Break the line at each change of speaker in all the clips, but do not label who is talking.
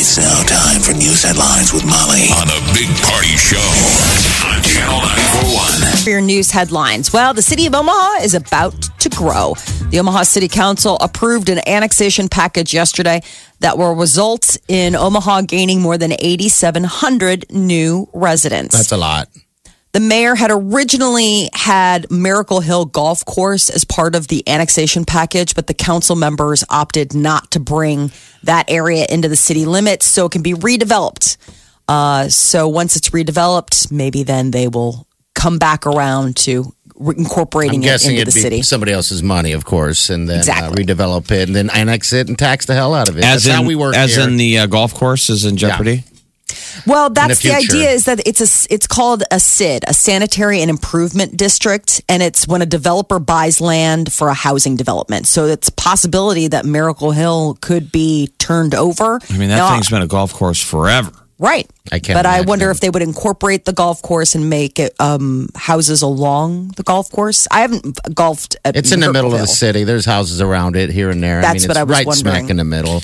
It's now time for news headlines with Molly on a big party show on Channel 941.
for your news headlines. Well, the city of Omaha is about to grow. The Omaha City Council approved an annexation package yesterday that will result in Omaha gaining more than 8,700 new residents.
That's a lot.
the mayor had originally had Miracle Hill Golf Course as part of the annexation package, but the council members opted not to bring that area into the city limits so it can be redeveloped. Uh, so once it's redeveloped, maybe then they will come back around to re- incorporating
I'm
it
guessing
into the
it'd
city.
be somebody else's money, of course, and then uh,
Exactly.
redevelop it and then annex it and tax the hell out of it.
As
That's how
in,
we work
as
here.
in the uh, golf course is in jeopardy.
Well, that's the,
future.
idea is that it's a it's called a SID, a sanitary and improvement district, and it's when a developer buys land for a housing development. So it's a possibility that Miracle Hill could be turned over.
I mean, that thing's been a golf course forever.
right.
I can't
but I
imagine.
wonder if they would incorporate the golf course and make it um, houses along the golf course. I haven't golfed. At
It's in the middle of the
Mercantile.
city. There's houses around it here and there.
That's
I mean,
what
it's
I was
right smack
wondering.
in the middle.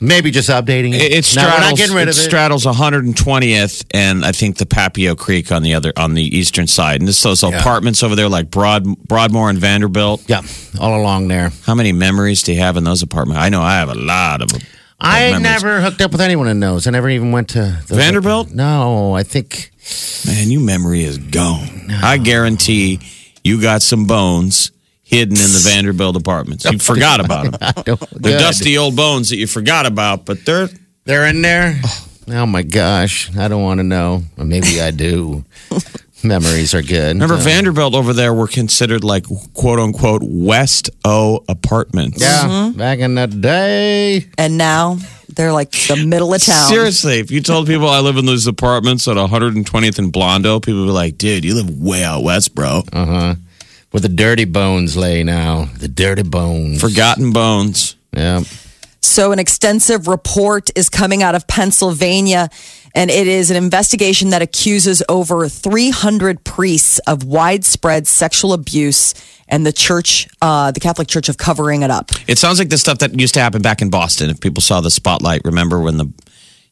Maybe just updating it.
It, it
No,
straddles.
we're not getting rid
it
of it.
straddles 120th and I think the Papio Creek on the other on the eastern side. And this those apartments over there, like Broad Broadmoor and Vanderbilt.
yeah, all along there.
How many memories do you have in those apartments? I know I have a lot of them.
I
memories.
never hooked up with anyone in those. I never even went to those
Vanderbilt?
No, I think
Man, your memory is gone. I guarantee you got some bones hidden in the Vanderbilt apartments. You forgot about them.
they're
They're dusty old bones that you forgot about, but they're
They're in there. Oh my gosh, I don't want to know. Or maybe I do. Memories are good. Uh,
Remember,
So-
Vanderbilt over there were considered like quote unquote West O apartments.
Yeah, back in the day.
and now they're like the middle of town.
Seriously, if you told people I live in those apartments at 120th and Blondo, people would be like, dude, you live way out west, bro.
Oh, Where the dirty bones lay now. The dirty bones.
Forgotten bones.
Yeah.
So, an extensive report is coming out of Pennsylvania, and it is an investigation that accuses over 300 priests of widespread sexual abuse, and the church, uh, the Catholic Church, of covering it up.
It sounds like the stuff that used to happen back in Boston. If people saw the spotlight, remember when the,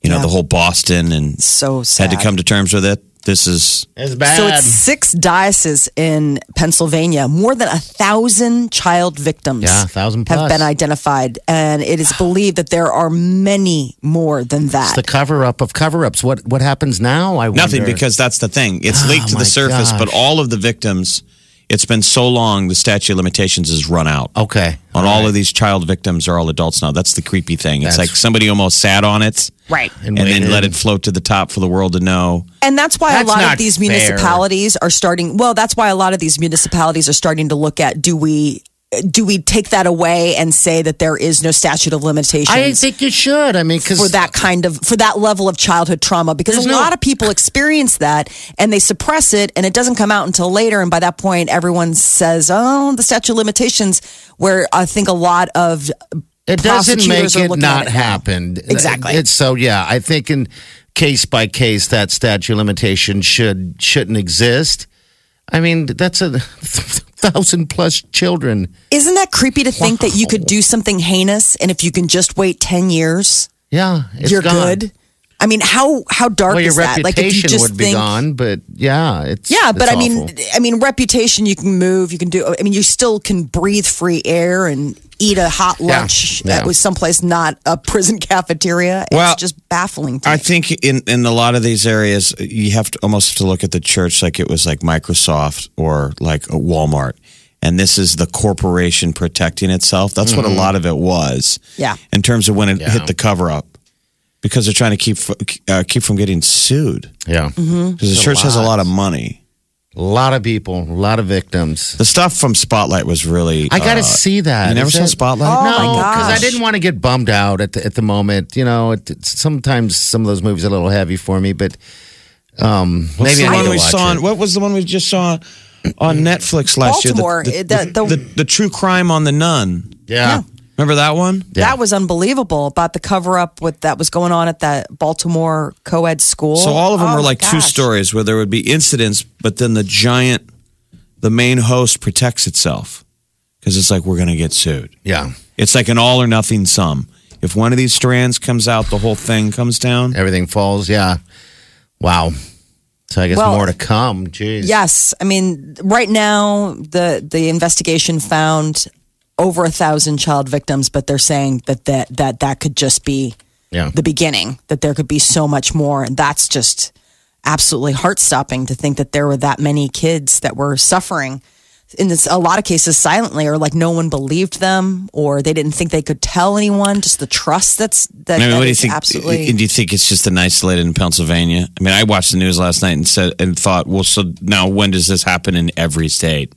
you know,
Yeah.
the whole Boston and
So sad.
had to come to terms with it. This is
It's bad.
So it's six dioceses in Pennsylvania. More than a thousand child victims
Yeah, 1,000
have
plus.
been identified, and it is believed that there are many more than that.
It's the cover up of cover ups. What what happens now? I wonder.
nothing because that's the thing. It's
Oh,
leaked to
my
the surface, but
gosh.
all of the victims, it's been so long, the statute of limitations has run out.
Okay.
on all of these child victims are all adults now. That's the creepy thing. It's
That's-
like somebody almost sat on it
right.
and, then let it float to the top for the world to know.
And that's why
That's
a lot
not
of these
fair.
municipalities are starting. Well, that's why a lot of these municipalities are starting to look at do we do we take that away and say that there is no statute of
I
limitations
think you should. I mean, because
for that kind of for that level of childhood trauma because
There's
a
no-
lot of people experience that and they suppress it and it doesn't come out until later and by that point everyone says oh the statute of limitations where I think a lot of
It doesn't make
prosecutors are
it
looking at
not
it now.
happen.
Exactly.
It's so yeah, I think in case by case that statute of limitation should shouldn't exist. I mean, that's a thousand plus children.
isn't that creepy to think that you could do something heinous and if you can just wait 10 years
Yeah, it's
you're
gone.
good. I mean, how how dark
Well,
is
your
that?
reputation
Like if you just
would be
think,
gone, but yeah, it's
yeah, but
it's
I mean,
awful.
I mean, reputation you can move, you can do. I mean, you still can breathe free air and eat a hot
Yeah,
lunch
yeah.
that was someplace not a prison cafeteria. It's
Well,
just baffling. To
I
me.
think in, in a lot of these areas, you have to almost to look at the church like it was like Microsoft or like a Walmart. And this is the corporation protecting itself. That's what a lot of it was.
Yeah.
In terms of when it
Yeah.
hit the cover up, because they're trying to keep uh, keep from getting sued.
yeah.
Because the church has a lot of money.
A lot of people, a lot of victims.
The stuff from Spotlight was really.
I got to
uh,
see that.
You never
Is
saw Oh
it-
Spotlight?
no,
my
because I
gosh.
didn't want to get bummed out at the, at the moment. You know, it, it's, sometimes some of those movies are a little heavy for me, but um,
What's
maybe
the
I need
one
to
we
watch
saw.
it.
On, what was the one we just saw on Netflix last
Baltimore,
year?
the- the-
the, the true crime on the nun.
yeah.
Remember that one?
Yeah.
That was unbelievable about the cover up with that was going on at that Baltimore co-ed school.
So all of them
Oh,
were
my
like two
gosh.
stories where there would be incidents, but then the giant, the main host protects itself because it's like we're gonna get sued.
yeah,
It's like an all or nothing sum. If one of these strands comes out, the whole thing comes down.
everything falls. Yeah, wow. So I guess
Well-
more to come. Jeez.
Yes, I mean right now the the investigation found over a thousand child victims, but they're saying that that that that could just be
Yeah.
the beginning. That there could be so much more, and that's just absolutely heart stopping to think that there were that many kids that were suffering. In this, a lot of cases, silently, or like no one believed them, or they didn't think they could tell anyone. Just the trust that's that,
I mean,
that
what do you
is
think?
absolutely.
Do you think it's just an isolated in Pennsylvania? I mean, I watched the news last night and said and thought, well, so now when does this happen in every state?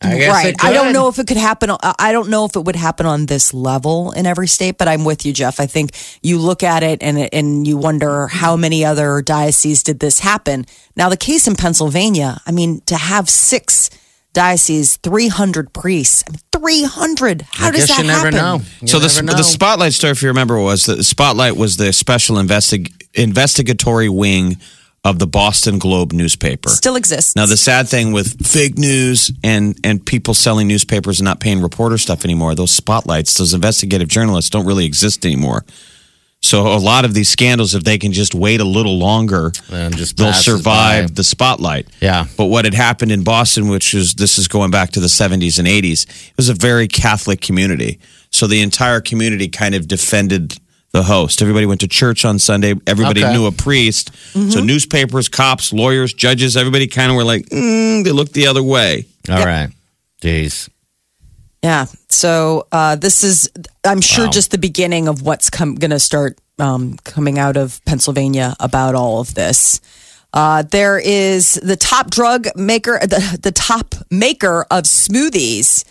I guess
right.
it
I don't
could.
know if it could happen. I I don't know if it would happen on this level in every state, but I'm with you, Jeff. I think you look at it and and you wonder how many other dioceses did this happen. Now, the case in Pennsylvania, I mean, to have six dioceses, 300 priests, I mean, 300. How
I
does
guess
that
you never
happen?
know. You
so the
never know.
the spotlight story, if you remember, was the spotlight was the special investig- investigatory wing of the Boston Globe newspaper.
Still exists.
Now the sad thing with fake news and and people selling newspapers and not paying reporter stuff anymore, those spotlights, those investigative journalists don't really exist anymore. So a lot of these scandals, if they can just wait a little longer,
And just
they'll
passes
survive
by.
the spotlight.
Yeah.
But what had happened in Boston, which is this is going back to the 70s and 80s, it was a very Catholic community. So the entire community kind of defended the host. Everybody went to church on Sunday. Everybody
Okay. Mm-hmm.
knew a priest. So newspapers, cops, lawyers, judges, everybody kind of were like, mm, they looked the other way.
All right. Jeez.
Yeah. So uh, this is, I'm sure, just the beginning of what's com- going to start um, coming out of Pennsylvania about all of this. Uh, there is the top drug maker, the, the top maker of smoothies,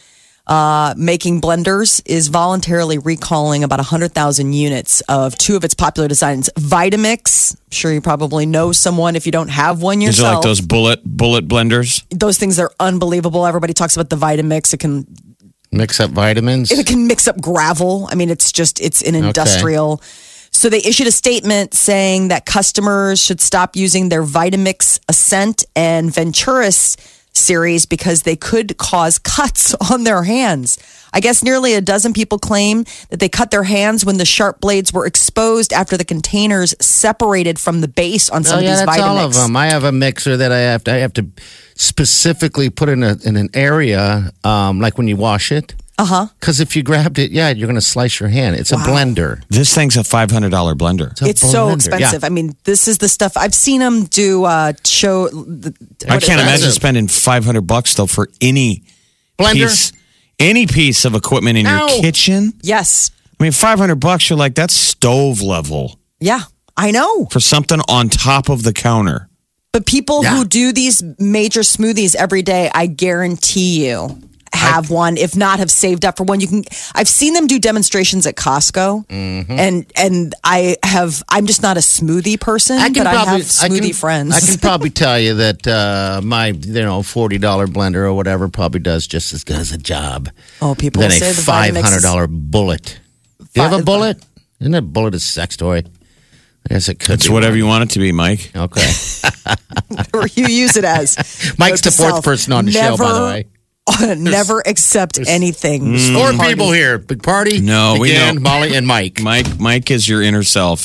uh, making blenders, is voluntarily recalling about 100,000 units of two of its popular designs. Vitamix, I'm sure you probably know someone if you don't have one
These are
yourself
like those bullet bullet blenders.
those things are unbelievable. Everybody talks about the Vitamix. It can
Mix up vitamins.
it can mix up gravel. I mean, it's just it's an industrial. So they issued a statement saying that customers should stop using their Vitamix Ascent and Venturis series because they could cause cuts on their hands. I guess nearly a dozen people claim that they cut their hands when the sharp blades were exposed after the containers separated from the base on some
oh,
of
yeah,
these
that's
Vitamix.
all of them. I have a mixer that I have to. I have to specifically put in a in an area, um, like when you wash it. Uh
Uh-huh.
huh. Because if you grabbed it, yeah, you're going to slice your hand. It's a blender.
This thing's a five hundred dollar blender.
a
It's so
blender.
expensive.
Yeah.
I mean, this is the stuff I've seen them do uh, show. The,
I
what is
can't
it?
imagine
expensive.
spending five hundred bucks though for any
Blender.
piece, any piece of equipment in
No.
your kitchen.
Yes.
I mean, five hundred bucks. You're like that's stove level
Yeah. I know.
for something on top of the counter.
But people
Yeah.
who do these major smoothies every day, I guarantee you have one if not have saved up for one you can I've seen them do demonstrations at Costco
Mm-hmm.
and and I have I'm just not a smoothie person but I have smoothie
can-
friends
I can probably tell you that uh, my you know forty dollar blender or whatever probably does just as good as a job
oh people
than a
say the
five
Vitamix
hundred
is-
dollar bullet. Do you have a
Fi-
bullet? Isn't a bullet a sex toy? I guess it could.
It's
be
whatever you Mm-hmm. want it to be, Mike.
one. Okay.
or you use it as.
Mike's
Note
the
to
fourth
self,
person on the show, by the way.
never accept anything.
Four
from
people
parties.
here. Big party.
No, we
again,
know.
Molly and Mike.
Mike, Mike is your inner self.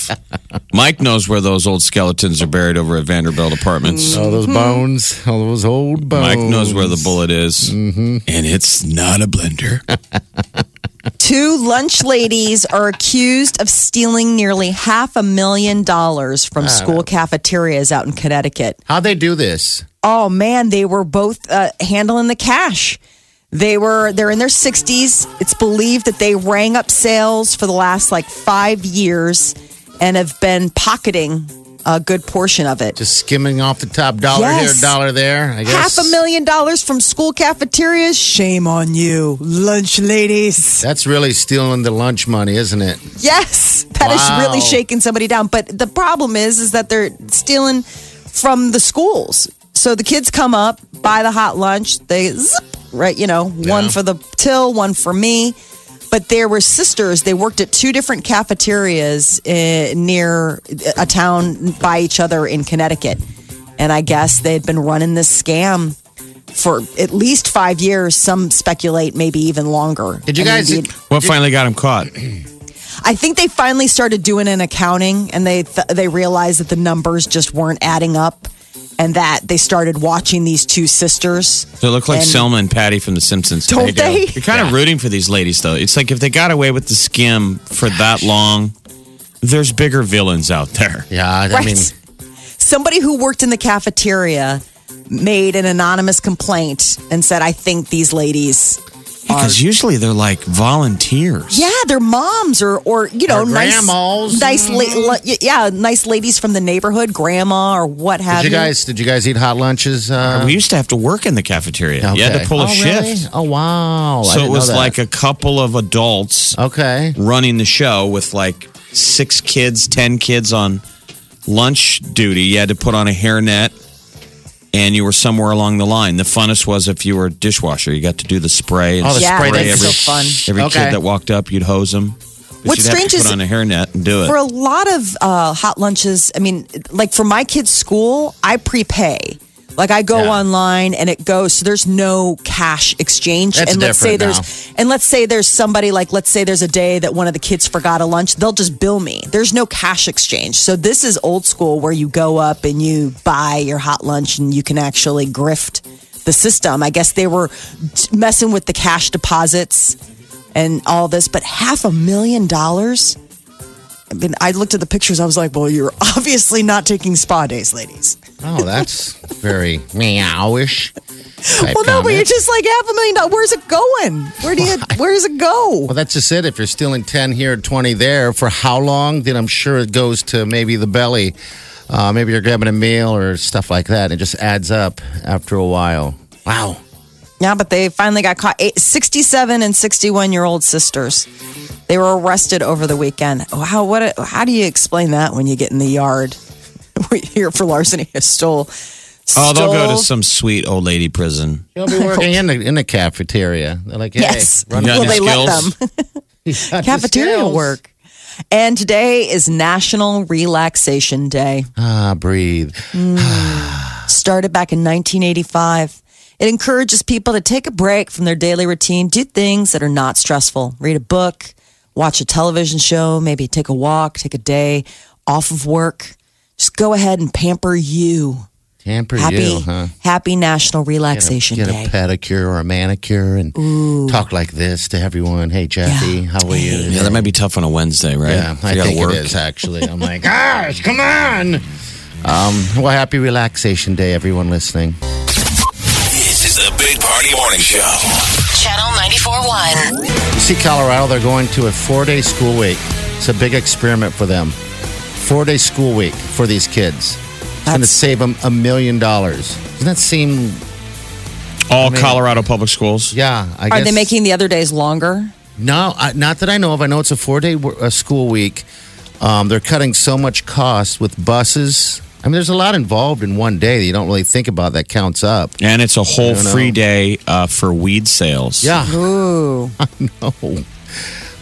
Mike knows where those old skeletons are buried over at Vanderbilt Apartments.
All those bones, all those old bones.
Mm-hmm. Mike knows where the bullet is,
Mm.
and it's not a blender.
Two lunch ladies are accused of stealing nearly half a million dollars from school cafeterias out in Connecticut.
How they do this?
Oh man, they were both uh, handling the cash. They were they're in their 60s. It's believed that they rang up sales for the last like 5 years and have been pocketing a good portion of it.
Just skimming off the top dollar
Yes.
here, dollar there. I guess
Half a million dollars from school cafeterias. Shame on you, lunch ladies.
That's really stealing the lunch money, isn't it?
Yes, that is
Wow.
really shaking somebody down. But the problem is, is that they're stealing from the schools. So the kids come up, buy the hot lunch, they zip, right, you know, one
Yeah.
for the till, one for me. But there were sisters. They worked at two different cafeterias uh, near a town by each other in Connecticut, and I guess they had been running this scam for at least five years. Some speculate maybe even longer.
Did you
And
guys?
indeed-
What finally got him caught?
I think they finally started doing an accounting, and they th- they realized that the numbers just weren't adding up, and that they started watching these two sisters.
They look like
And-
Selma and Patty from The Simpsons.
Don't they?
You're kind of rooting for these ladies, though. It's like if they got away with the skim for that long, there's bigger villains out there.
yeah, I
Right.
mean,
Somebody who worked in the cafeteria made an anonymous complaint and said, "I think these ladies."
Because usually they're like volunteers.
Yeah, their moms or or you know
Their
nice
grandmas.
nice la- la- yeah, nice ladies from the neighborhood, grandma or what have
did you
you.
guys? Did you guys eat hot lunches? Uh,
We used to have to work in the cafeteria. You had
okay.
to pull a
oh,
shift.
really? Oh wow! I
So it
didn't
was
know that.
like a couple of adults
okay.
running the show with like six kids, ten kids on lunch duty. You had to put on a hairnet, and you were somewhere along the line. The funnest was if you were a dishwasher. You got to do the spray. And
Oh, the
yeah,
spray
that's
every-
so fun.
Every
Okay.
kid that walked up, you'd hose them.
What's
you'd have
strange
to
is-
put on a hairnet and do it.
for a lot of uh, hot lunches, I mean, like for my kids' school, I prepay. Like I go
Yeah.
online and it goes, so there's no cash exchange.
That's
and let's say
different
there's, and let's say there's somebody like, let's say there's a day that one of the kids forgot a lunch, they'll just bill me. There's no cash exchange. So this is old school where you go up and you buy your hot lunch and you can actually grift the system. I guess they were t- messing with the cash deposits and all this, but half a million dollars. I mean, I looked at the pictures. I was like, well, you're obviously not taking spa days, ladies.
Oh, that's very meowish.
well,
type
no, but
comment.
you're just like half a million dollars. Where's it going? Where do you? Where does it go?
Well, that's just it. If you're stealing 10 here, 20 there, for how long? Then I'm sure it goes to maybe the belly. Uh, maybe you're grabbing a meal or stuff like that. It just adds up after a while. Wow.
Yeah, but they finally got caught. Eight, 67 and 61 year old sisters. They were arrested over the weekend. Wow, what? A, how do you explain that when you get in the yard? We're here for larceny, stole.
oh, they'll go
stole-
to some sweet old lady prison.
You'll be working in the, in the cafeteria. They're like, hey,
Yes.
run
Yeah,
up
Well,
the
they let
skills.
them.
got your
cafeteria
skills.
work. And today is National Relaxation Day.
Ah, breathe.
Started back in 1985. It encourages people to take a break from their daily routine, do things that are not stressful, read a book, watch a television show, maybe take a walk, take a day off of work. Just go ahead and pamper you.
Tamper
Happy,
you, huh?
happy National
Get a-
Relaxation
Get a,
Day.
pedicure or a manicure and talk like this to everyone. Hey, Jeffy, how are you?
Yeah, that might be tough on a Wednesday, right?
Yeah,
If you
I
gotta
think
work.
it is actually. I'm like, gosh, come on. Um, well, happy relaxation day, everyone listening.
This is the Big Party Morning Show.
Channel 94.1.
You see, Colorado, they're going to a four day school week. It's a big experiment for them. Four day school week for these kids. It's going to
That's-
save them a million dollars. Doesn't that seem,
All Colorado public schools.
yeah, I
Are
guess.
they making the other days longer?
No, I, not that I know of. I know it's a four day uh, school week. Um, they're cutting so much cost with buses. I mean, there's a lot involved in one day that you don't really think about that counts up.
And it's a whole
don't know.
free day uh, for weed sales.
Yeah.
Ooh.
Oh.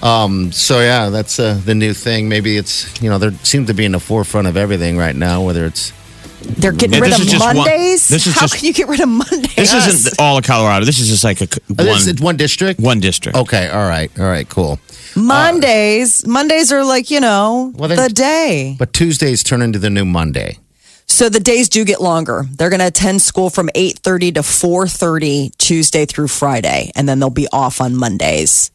Um, so yeah, that's uh, the new thing. Maybe it's you know they seem to be in the forefront of everything right now. Whether it's
They're getting
Yeah,
rid
this
of
is just one-
Mondays.
this is
How
just-
can you get rid of Mondays?
This isn't uh, all of Colorado. This is just like a c-
Oh,
one,
this is one district.
one district.
Okay. All right. All right. Cool.
Mondays. Mondays are like you know
Well, then-
the day.
But Tuesdays turn into the new Monday.
So the days do get longer. They're going to attend school from eight thirty to four thirty Tuesday through Friday, and then they'll be off on Mondays.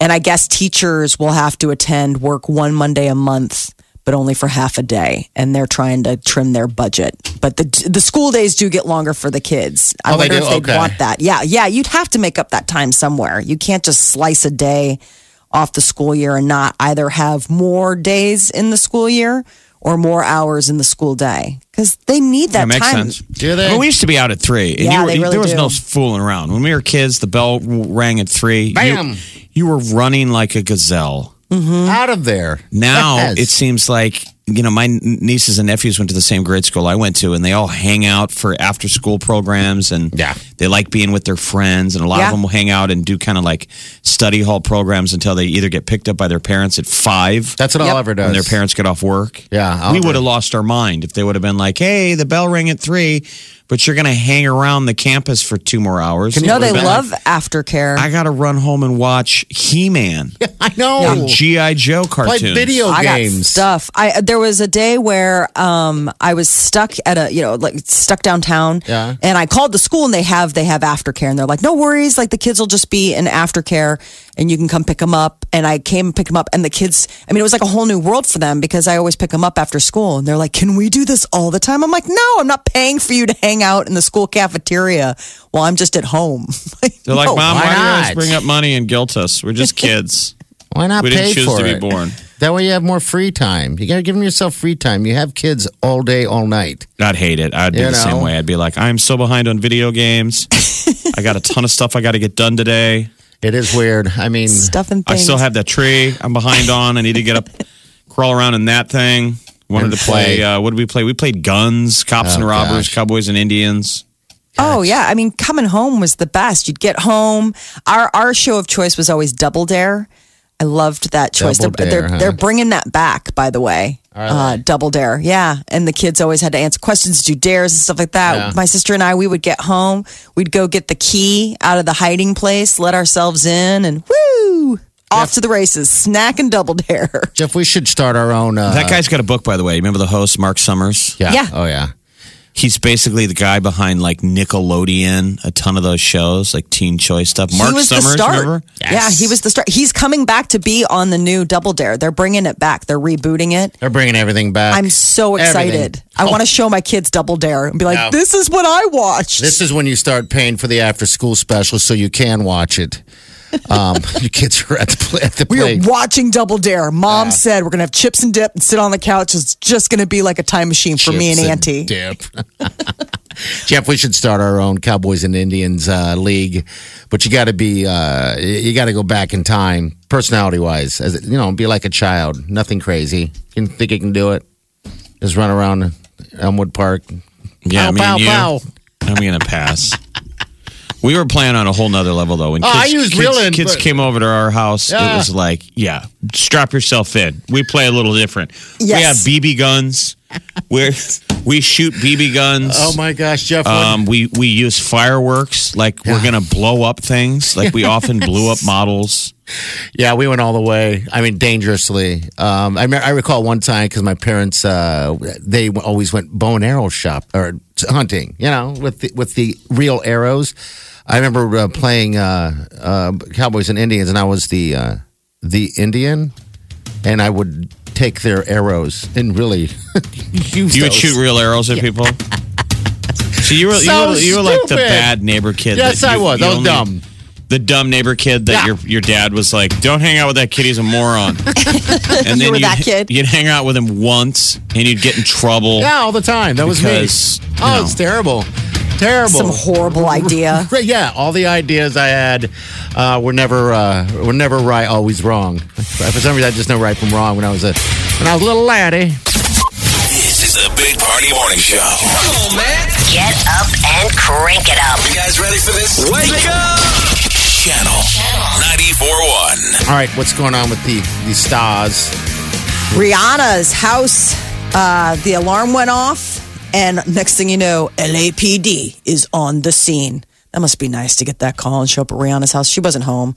And I guess teachers will have to attend work one Monday a month, but only for half a day. And they're trying to trim their budget. But the the school days do get longer for the kids. I
Oh, they
wonder
do?
if they'd
Okay.
want that. Yeah, yeah. You'd have to make up that time somewhere. You can't just slice a day off the school year and not either have more days in the school year or more hours in the school day because they need that
That makes
time.
sense.
Do they?
I mean, we used to be out at three, and
Yeah,
you were,
they
you-
really
there was
do.
no fooling around. When we were kids, the bell w- rang at three.
Bam.
You, you were running like a gazelle.
Mm.
Out of there.
Now
Yes.
it seems like you know my n- nieces and nephews went to the same grade school I went to, and they all hang out for after school programs, and
Yeah.
they like being with their friends, and a lot
Yeah.
of them will hang out and do kind of like study hall programs until they either get picked up by their parents at five.
That's what Oliver does.
when their parents get off work.
Yeah, I'll
we
agree.
would have lost our mind if they would have been like, "Hey, the bell rang at three, but you're going to hang around the campus for two more hours." It
No,
would've
they
been
love
like,
aftercare.
I got to run home and watch He Man,
I know.
GI Joe
Play
cartoons.
video
I got
games.
stuff. I there was a day where um I was stuck at a you know like stuck downtown.
Yeah.
And I called the school and they have they have aftercare and they're like no worries like the kids will just be in aftercare and you can come pick them up and I came and picked them up and the kids I mean it was like a whole new world for them because I always pick them up after school and they're like can we do this all the time I'm like no I'm not paying for you to hang out in the school cafeteria while I'm just at home.
They're like,
No.
"Mom,
why
why, do you
not?"
always bring up money and guilt us? We're just kids."
Why not
We
pay
didn't choose
for
to be
it?
born.
That way you have more free time. You got to give 'em yourself free time. You have kids all day, all night.
I'd hate it. I'd be
You
the
know.
same way. I'd be like, "I'm so behind on video games. I got a ton of stuff I got to get done today.
It is weird. I mean,
Stuff and
I
things.
still have that tree I'm behind on. I need to get up, crawl around in that thing. Wanted
And
to play.
play.
Uh, what did we play? We played guns, cops and
Oh,
robbers,
gosh.
cowboys and Indians.
Oh yeah, I mean, coming home was the best. You'd get home. Our our show of choice was always Double Dare. I loved that choice.
Double
they're, they're,
Dare, huh?
they're bringing that back, by the way. Uh, double Dare, yeah. And the kids always had to answer questions, do dares and stuff like that.
Yeah.
My sister and I, we would get home, we'd go get the key out of the hiding place, let ourselves in, and woo, off to the races, snack and Double Dare.
Jeff, we should start our own. Uh,
That guy's got a book, by the way. Remember the host, Mark Summers?
Yeah.
Yeah.
Oh, yeah.
He's basically the guy behind like Nickelodeon, a ton of those shows, like Teen Choice stuff. Mark
he was
Summers,
the start.
remember?
Yeah, he was the start. He's coming back to be on the new Double Dare. They're bringing it back. They're rebooting it.
They're bringing everything back.
I'm so excited.
Everything.
I
Oh,
want to show my kids Double Dare and be like,
No.
this is what I watched.
This is when you start paying for the after school special so you can watch it. Um, your kids are at the play. At the
we
play.
are watching Double Dare. Mom said we're going to have chips and dip and sit on the couch. It's just going to be like a time machine for me and,
Chips
Auntie.
dip. Jeff, we should start our own Cowboys and Indians uh, league, but you got to be uh, you got to go back in time, personality wise, as you know, be like a child, nothing crazy. You think you can do it? Just run around Elmwood Park.
Yeah,
Pow,
me and you.
pow, pow.
I'm gonna pass. We were playing on a whole nother level though. When
Oh,
kids,
I used
kids,
Ritalin,
kids
but-
came over to our house,
Yeah.
it was like, yeah, strap yourself in. We play a little different.
Yes.
We have BB guns. We're, we shoot BB guns.
Oh my gosh, Jeff! what-
Um, we we use fireworks like we're gonna blow up things. Like we often blew up models.
Yeah, we went all the way. I mean, dangerously. Um, I me- I recall one time because my parents uh, they w- always went bow and arrow shop or t- hunting. You know, with the, with the real arrows. I remember uh, playing uh, uh, Cowboys and Indians, and I was the uh, the Indian, and I would take their arrows and really use
You would
those.
shoot real arrows at people. So you were
So
you were, you were like the
stupid.
bad neighbor kid.
Yes,
that
I
you-
was.
you
I was
only-
dumb.
the dumb neighbor kid that
Yeah.
your your dad was like, "Don't hang out with that kid; he's a moron." and then
You were
would
that kid?
You'd hang out with him once, and you'd get in trouble.
Yeah, all the time. That was
Because,
me.
you
Oh,
know.
it's terrible.
Some
Terrible.
horrible idea.
Right, yeah, all the ideas I had uh, were never uh, were never right, always wrong. For some reason, I just know right from wrong when I was a when I was a little laddie.
This is the Big Party Morning Show. Come on, man.
Get up and crank it up.
You guys ready for this? Wake up! Channel 94.1.
All right, what's going on with the the stars?
Rihanna's house, uh, the alarm went off. And next thing you know, LAPD is on the scene. That must be nice to get that call and show up at Rihanna's house. She wasn't home,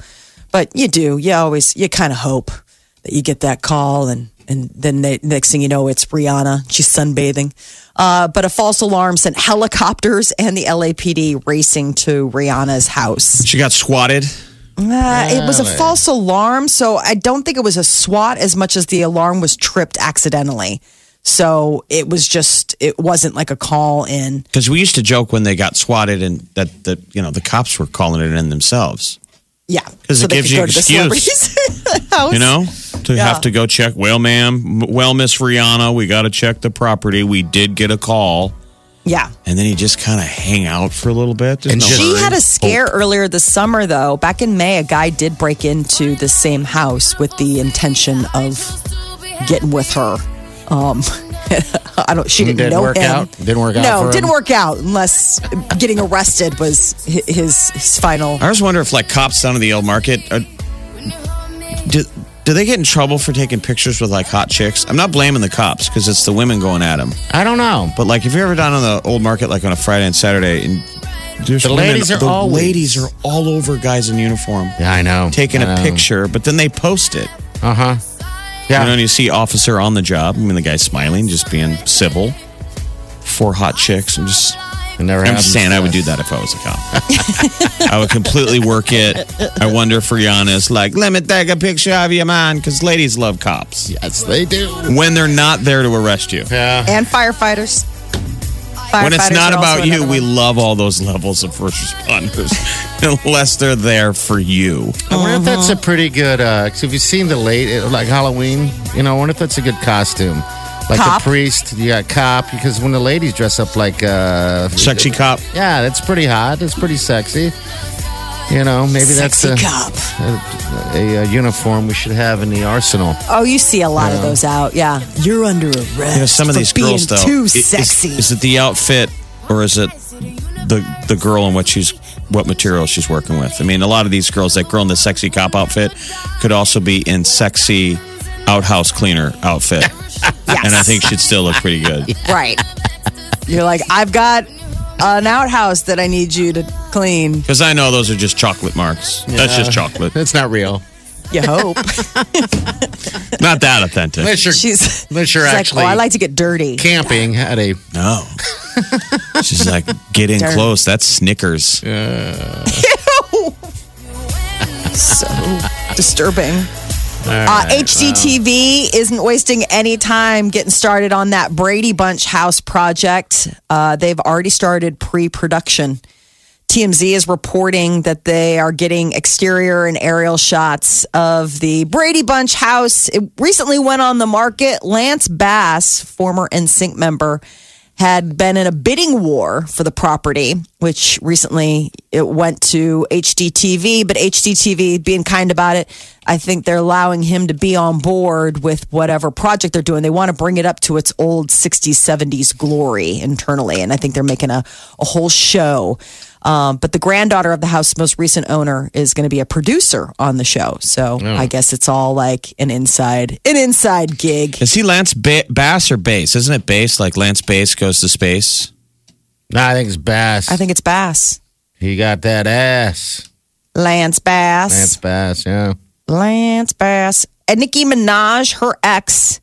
but you do. You always, you kind of hope that you get that call. And, and then they, next thing you know, it's Rihanna. She's sunbathing. Uh, but a false alarm sent helicopters and the LAPD racing to Rihanna's house.
She got swatted.
Uh, it was a false alarm, so I don't think it was a SWAT as much as the alarm was tripped accidentally. So it was just, it wasn't like a call in.
Because we used to joke when they got swatted and that, that you know the cops were calling it in themselves.
Yeah.
'Cause
so
it
they
gives
could
you
go to the
excuse.
celebrities' house.
You know, to
Yeah.
have to go check. Well, ma'am, m- well, Miss Rihanna, we got to check the property. We did get a call,
Yeah.
and then you just kind of hang out for a little bit. There's
And
no
just-
She
hurry.
had a scare earlier this summer, though. Back in May, a guy did break into the same house with the intention of getting with her. Um, I don't.
Mm,
She didn't
Didn't
know
work
him.
out? Didn't work out
No,
for
didn't
him?
work out. Unless getting arrested was hi- his his final.
I always wonder if like cops down in the old market are, do do they get in trouble for taking pictures with like hot chicks? I'm not blaming the cops because it's the women going at them.
I don't know.
But like if you're ever down on the old market like on a Friday and Saturday and there's
The
women-
ladies are
the
always-
ladies are all over guys in uniform
Yeah, I know.
taking
I
a
know.
picture, but then they post it.
Uh huh.
You know,
Yeah.
and you see officer on the job. I mean, the guy's smiling, just being civil. Four hot chicks. I'm just.
It never
I'm
happens.
just saying, I would do that if I was a cop. I would completely work it. I wonder if Rihanna's like, let me take a picture of you, man, because ladies love cops
Yes, they do.
when they're not there to arrest you.
Yeah.
And firefighters. firefighters
When it's not
are also
about you,
another
we
one.
love all those levels of first responders, unless they're there for you.
I wonder
Uh-huh.
if that's a pretty good. Uh, 'cause if you've seen the late, uh, like Halloween, you know, I wonder if that's a good costume. Like
Cop.
the priest, you got cop, because when the ladies dress up like, uh,
Sexy cop.
yeah, that's pretty hot. It's pretty sexy. You know, maybe that's
Sexy
a,
cop.
a, a uniform we should have in the arsenal.
Oh, you see a lot of those out. Yeah, you're under arrest.
You know, some of
for
these
being
girls, though,
too
i- is-
sexy.
Is, it the outfit or is it the the girl and what she's what material she's working with? I mean, a lot of these girls, that girl in the sexy cop outfit, could also be in sexy outhouse cleaner outfit, and I think she'd still look pretty good.
Right. You're like, I've got an outhouse that I need you to clean.
Because I know those are just chocolate marks. That's just chocolate,
That's not real.
You hope.
not that authentic.
Unless you're,
She's,
unless you're
she's like,
actually
oh, I like to get dirty.
camping at a
No, she's like, get in
Darn.
close. That's Snickers.
so disturbing. Uh, HGTV isn't wasting any time getting started on that Brady Bunch house project. Uh, they've already started pre production. TMZ is reporting that they are getting exterior and aerial shots of the Brady Bunch house. It recently went on the market. Lance Bass, former NSYNC member, had been in a bidding war for the property, which recently it went to HDTV, but HDTV being kind about it, I think they're allowing him to be on board with whatever project they're doing. They want to bring it up to its old 60s, 70s glory internally. And I think they're making a, a whole show. Um, but the granddaughter of the house, most recent owner, is going to be a producer on the show. So I guess it's all like an inside, an inside gig.
Is he Lance ba- Bass or Bass? Isn't it Bass? Like Lance Bass goes to space.
No, I think it's Bass.
I think it's Bass,
he got that ass.
Lance Bass,
That's Bass. Yeah.
Lance Bass. And Nicki Minaj, her ex,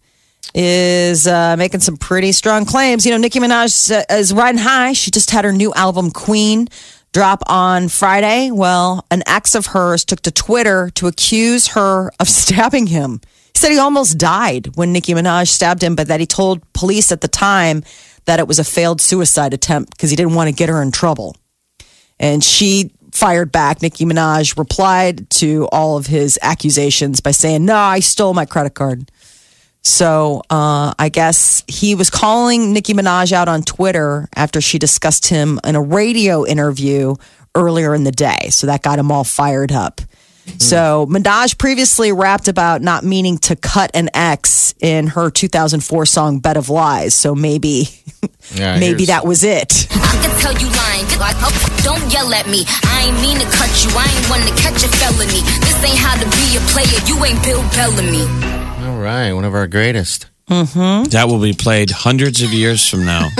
is uh, making some pretty strong claims. You know, Nicki Minaj uh, is riding high. She just had her new album, Queen, drop on Friday. Well, an ex of hers took to Twitter to accuse her of stabbing him. He said he almost died when Nicki Minaj stabbed him, but that he told police at the time that it was a failed suicide attempt because he didn't want to get her in trouble and she fired back. Nicki Minaj replied to all of his accusations by saying, "No, I stole my credit card." So uh, I guess he was calling Nicki Minaj out on Twitter after she discussed him in a radio interview earlier in the day. So that got him all fired up. So Minaj previously rapped about not meaning to cut an ex in her 2004 song "Bed of Lies." So maybe,
Yeah,
maybe
here's-
that was it.
I can tell you lying. Like, oh, don't yell at me. I ain't mean to cut you. I ain't want to catch a felony. This ain't how to be a player. You ain't Bill Bellamy.
All right, one of our greatest.
That will be played hundreds of years from now.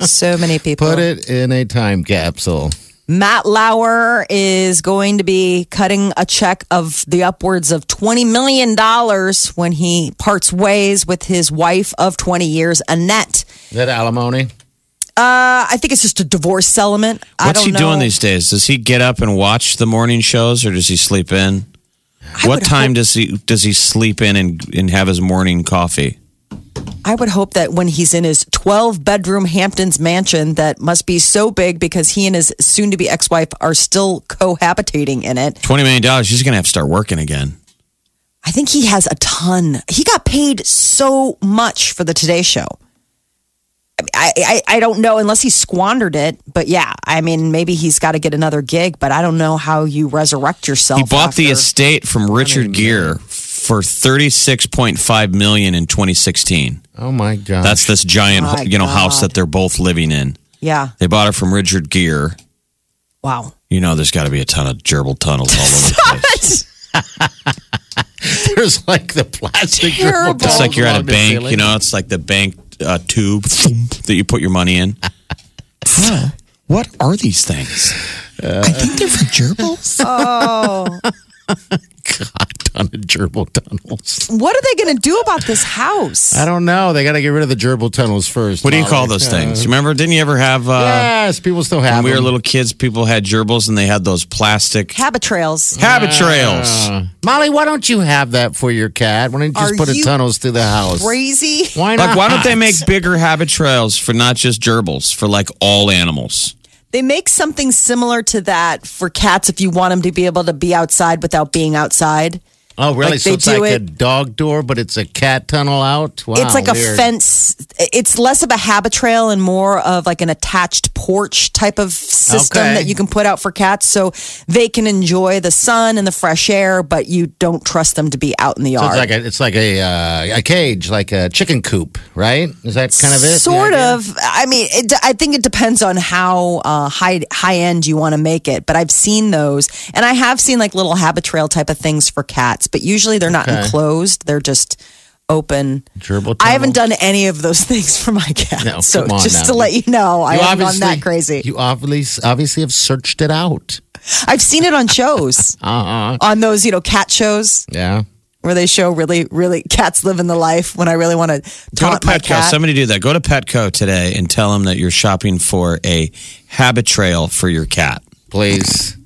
So many people
Put it in a time capsule.
Matt Lauer is going to be cutting a check of the upwards of $20 million when he parts ways with his wife of 20 years, Annette.
Is that alimony?
Uh, I think it's just a divorce settlement. I
What's
don't
he
know.
doing these days? Does he get up and watch the morning shows, or does he sleep in? what time does he does he sleep in and and have his morning coffee?
I would hope that when he's in his 12 bedroom Hamptons mansion that must be so big because he and his soon to be ex wife are still cohabitating in it.
Twenty million dollars. She's gonna have to start working again.
I think he has a ton. He got paid so much for the Today Show. I, I, I don't know unless he squandered it, but yeah, I mean, maybe he's got to get another gig, but I don't know how you resurrect yourself.
He bought the
Oh, after-
estate from Richard Gere for thirty six point five million in twenty sixteen.
Oh my god.
That's this giant,
My
you know, house
God.
that they're both living in.
Yeah.
They bought it from Richard Gere.
Wow.
You know, there's got to be a ton of gerbil tunnels all over the place.
there's like the plastic.
Terrible.
It's like you're at a
along the
bank,
ceiling.
you know, it's like the bank uh, tube that you put your money in. Well, what are these things? I think they're for gerbils.
God, ton of gerbil tunnels.
What are they going to do about this house?
I don't know. They got to get rid of the gerbil tunnels first.
What do you call
Molly.
those
Uh,
things? You remember? Didn't you ever have, uh,
yes, people still have.
when we were
them.
little kids, people had gerbils and they had those plastic
Habit trails.
habit trails.
Molly, why don't you have that for your cat? Why don't you just
Are
put a
you
tunnels through the house?
Crazy.
Why not?
Like, why don't they make bigger habit trails for not just gerbils, for like all animals?
They make something similar to that for cats if you want them to be able to be outside without being outside.
Oh, really?
Like,
so
they
it's like
do
a
it-
dog door, but it's a cat tunnel out. Wow,
it's like
weird.
a fence. It's less of a habit trail and more of like an attached porch type of system
Okay.
that you can put out for cats so they can enjoy the sun and the fresh air, but you don't trust them to be out in the
So
yard.
it's like a, it's like a uh, a cage, like a chicken coop, right? Is that kind of it? the
Sort
idea?
of. I mean, it, I think it depends on how uh, high high end you want to make it. But I've seen those, and I have seen like little habit trail type of things for cats. But usually they're not enclosed; they're just open.
Gerbil
I haven't
tunnel?
done any of those things for my cat.
No,
so
come on
just
now.
to let you know, I
You
haven't gone
obviously-
that crazy.
You obviously obviously have searched it out.
I've seen it on shows,
Uh huh.
on those you know cat shows
Yeah.
where they show really really cats living the life. When I really want to
Go to
taunt my
Petco.
cat.
Somebody do that. Go to Petco today and tell them that you're shopping for a habit trail for your cat.
Please.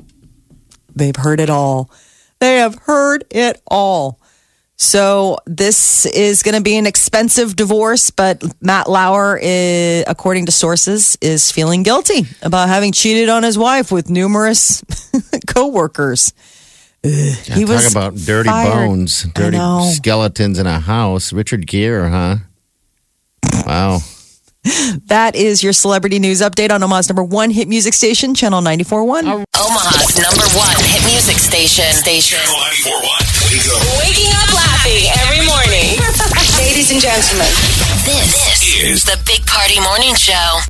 They've heard it all. They have heard it all. So this is going to be an expensive divorce, but Matt Lauer, is, according to sources, is feeling guilty about having cheated on his wife with numerous coworkers.
Yeah,
He
talk
was
about dirty
fired.
bones,
I
dirty
know.
skeletons in a house. Richard Gere, huh? Wow.
That is your celebrity news update on Omaha's number one hit music station, Channel 94.1.
Omaha's number one hit music station. Station.
Channel 941. Wake up.
Waking up laughing every morning. Ladies and gentlemen, this,
Is
is the Big Party Morning Show.